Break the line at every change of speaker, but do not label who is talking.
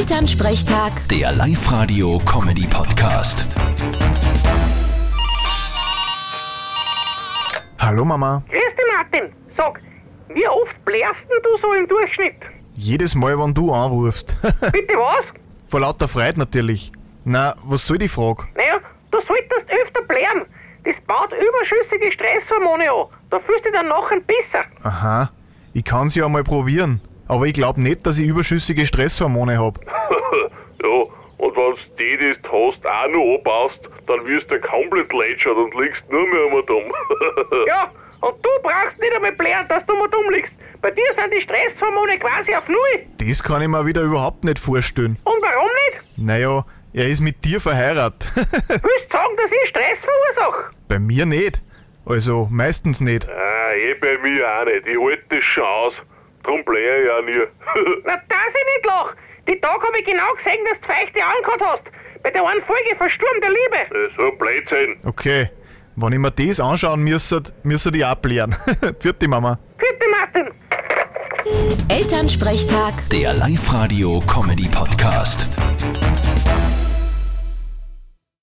Elternsprechtag,
Der Live-Radio-Comedy-Podcast.
Hallo Mama.
Grüß dich, Martin. Sag, wie oft blärst denn du so im Durchschnitt?
Jedes Mal, wenn du anrufst.
Bitte was?
Vor lauter Freude natürlich. Na, was soll die Frage?
Naja, du solltest öfter blären. Das baut überschüssige Stresshormone an. Da fühlst du dich dann nachher besser.
Aha, ich kann's ja mal probieren. Aber ich glaube nicht, dass ich überschüssige Stresshormone hab.
Ja, und wenn's die, die du hast, auch noch anbaust, dann wirst du komplett lätschert und um. liegst nur mehr einmal dumm.
Ja, und du brauchst nicht einmal blären, dass du mal dumm liegst. Bei dir sind die Stresshormone quasi auf Null.
Das kann ich mir wieder überhaupt nicht vorstellen.
Und warum nicht?
Naja, er ist mit dir verheiratet.
Willst du sagen, dass ich Stress verursache?
Bei mir nicht. Also meistens nicht.
ah, eh bei mir auch nicht. Ich halt das schon aus. Drum blähe ich auch nie.
Na, dass ich nicht lach. Die Tag habe ich genau gesehen, dass du feuchte angehört hast. Bei der einen Folge von Sturm der Liebe.
so Blödsinn.
Okay, wenn ich mir das anschauen müsstet, müsstet ich auch blären. Vierte Mama.
Bitte, Martin.
Elternsprechtag.
Der Live-Radio-Comedy-Podcast.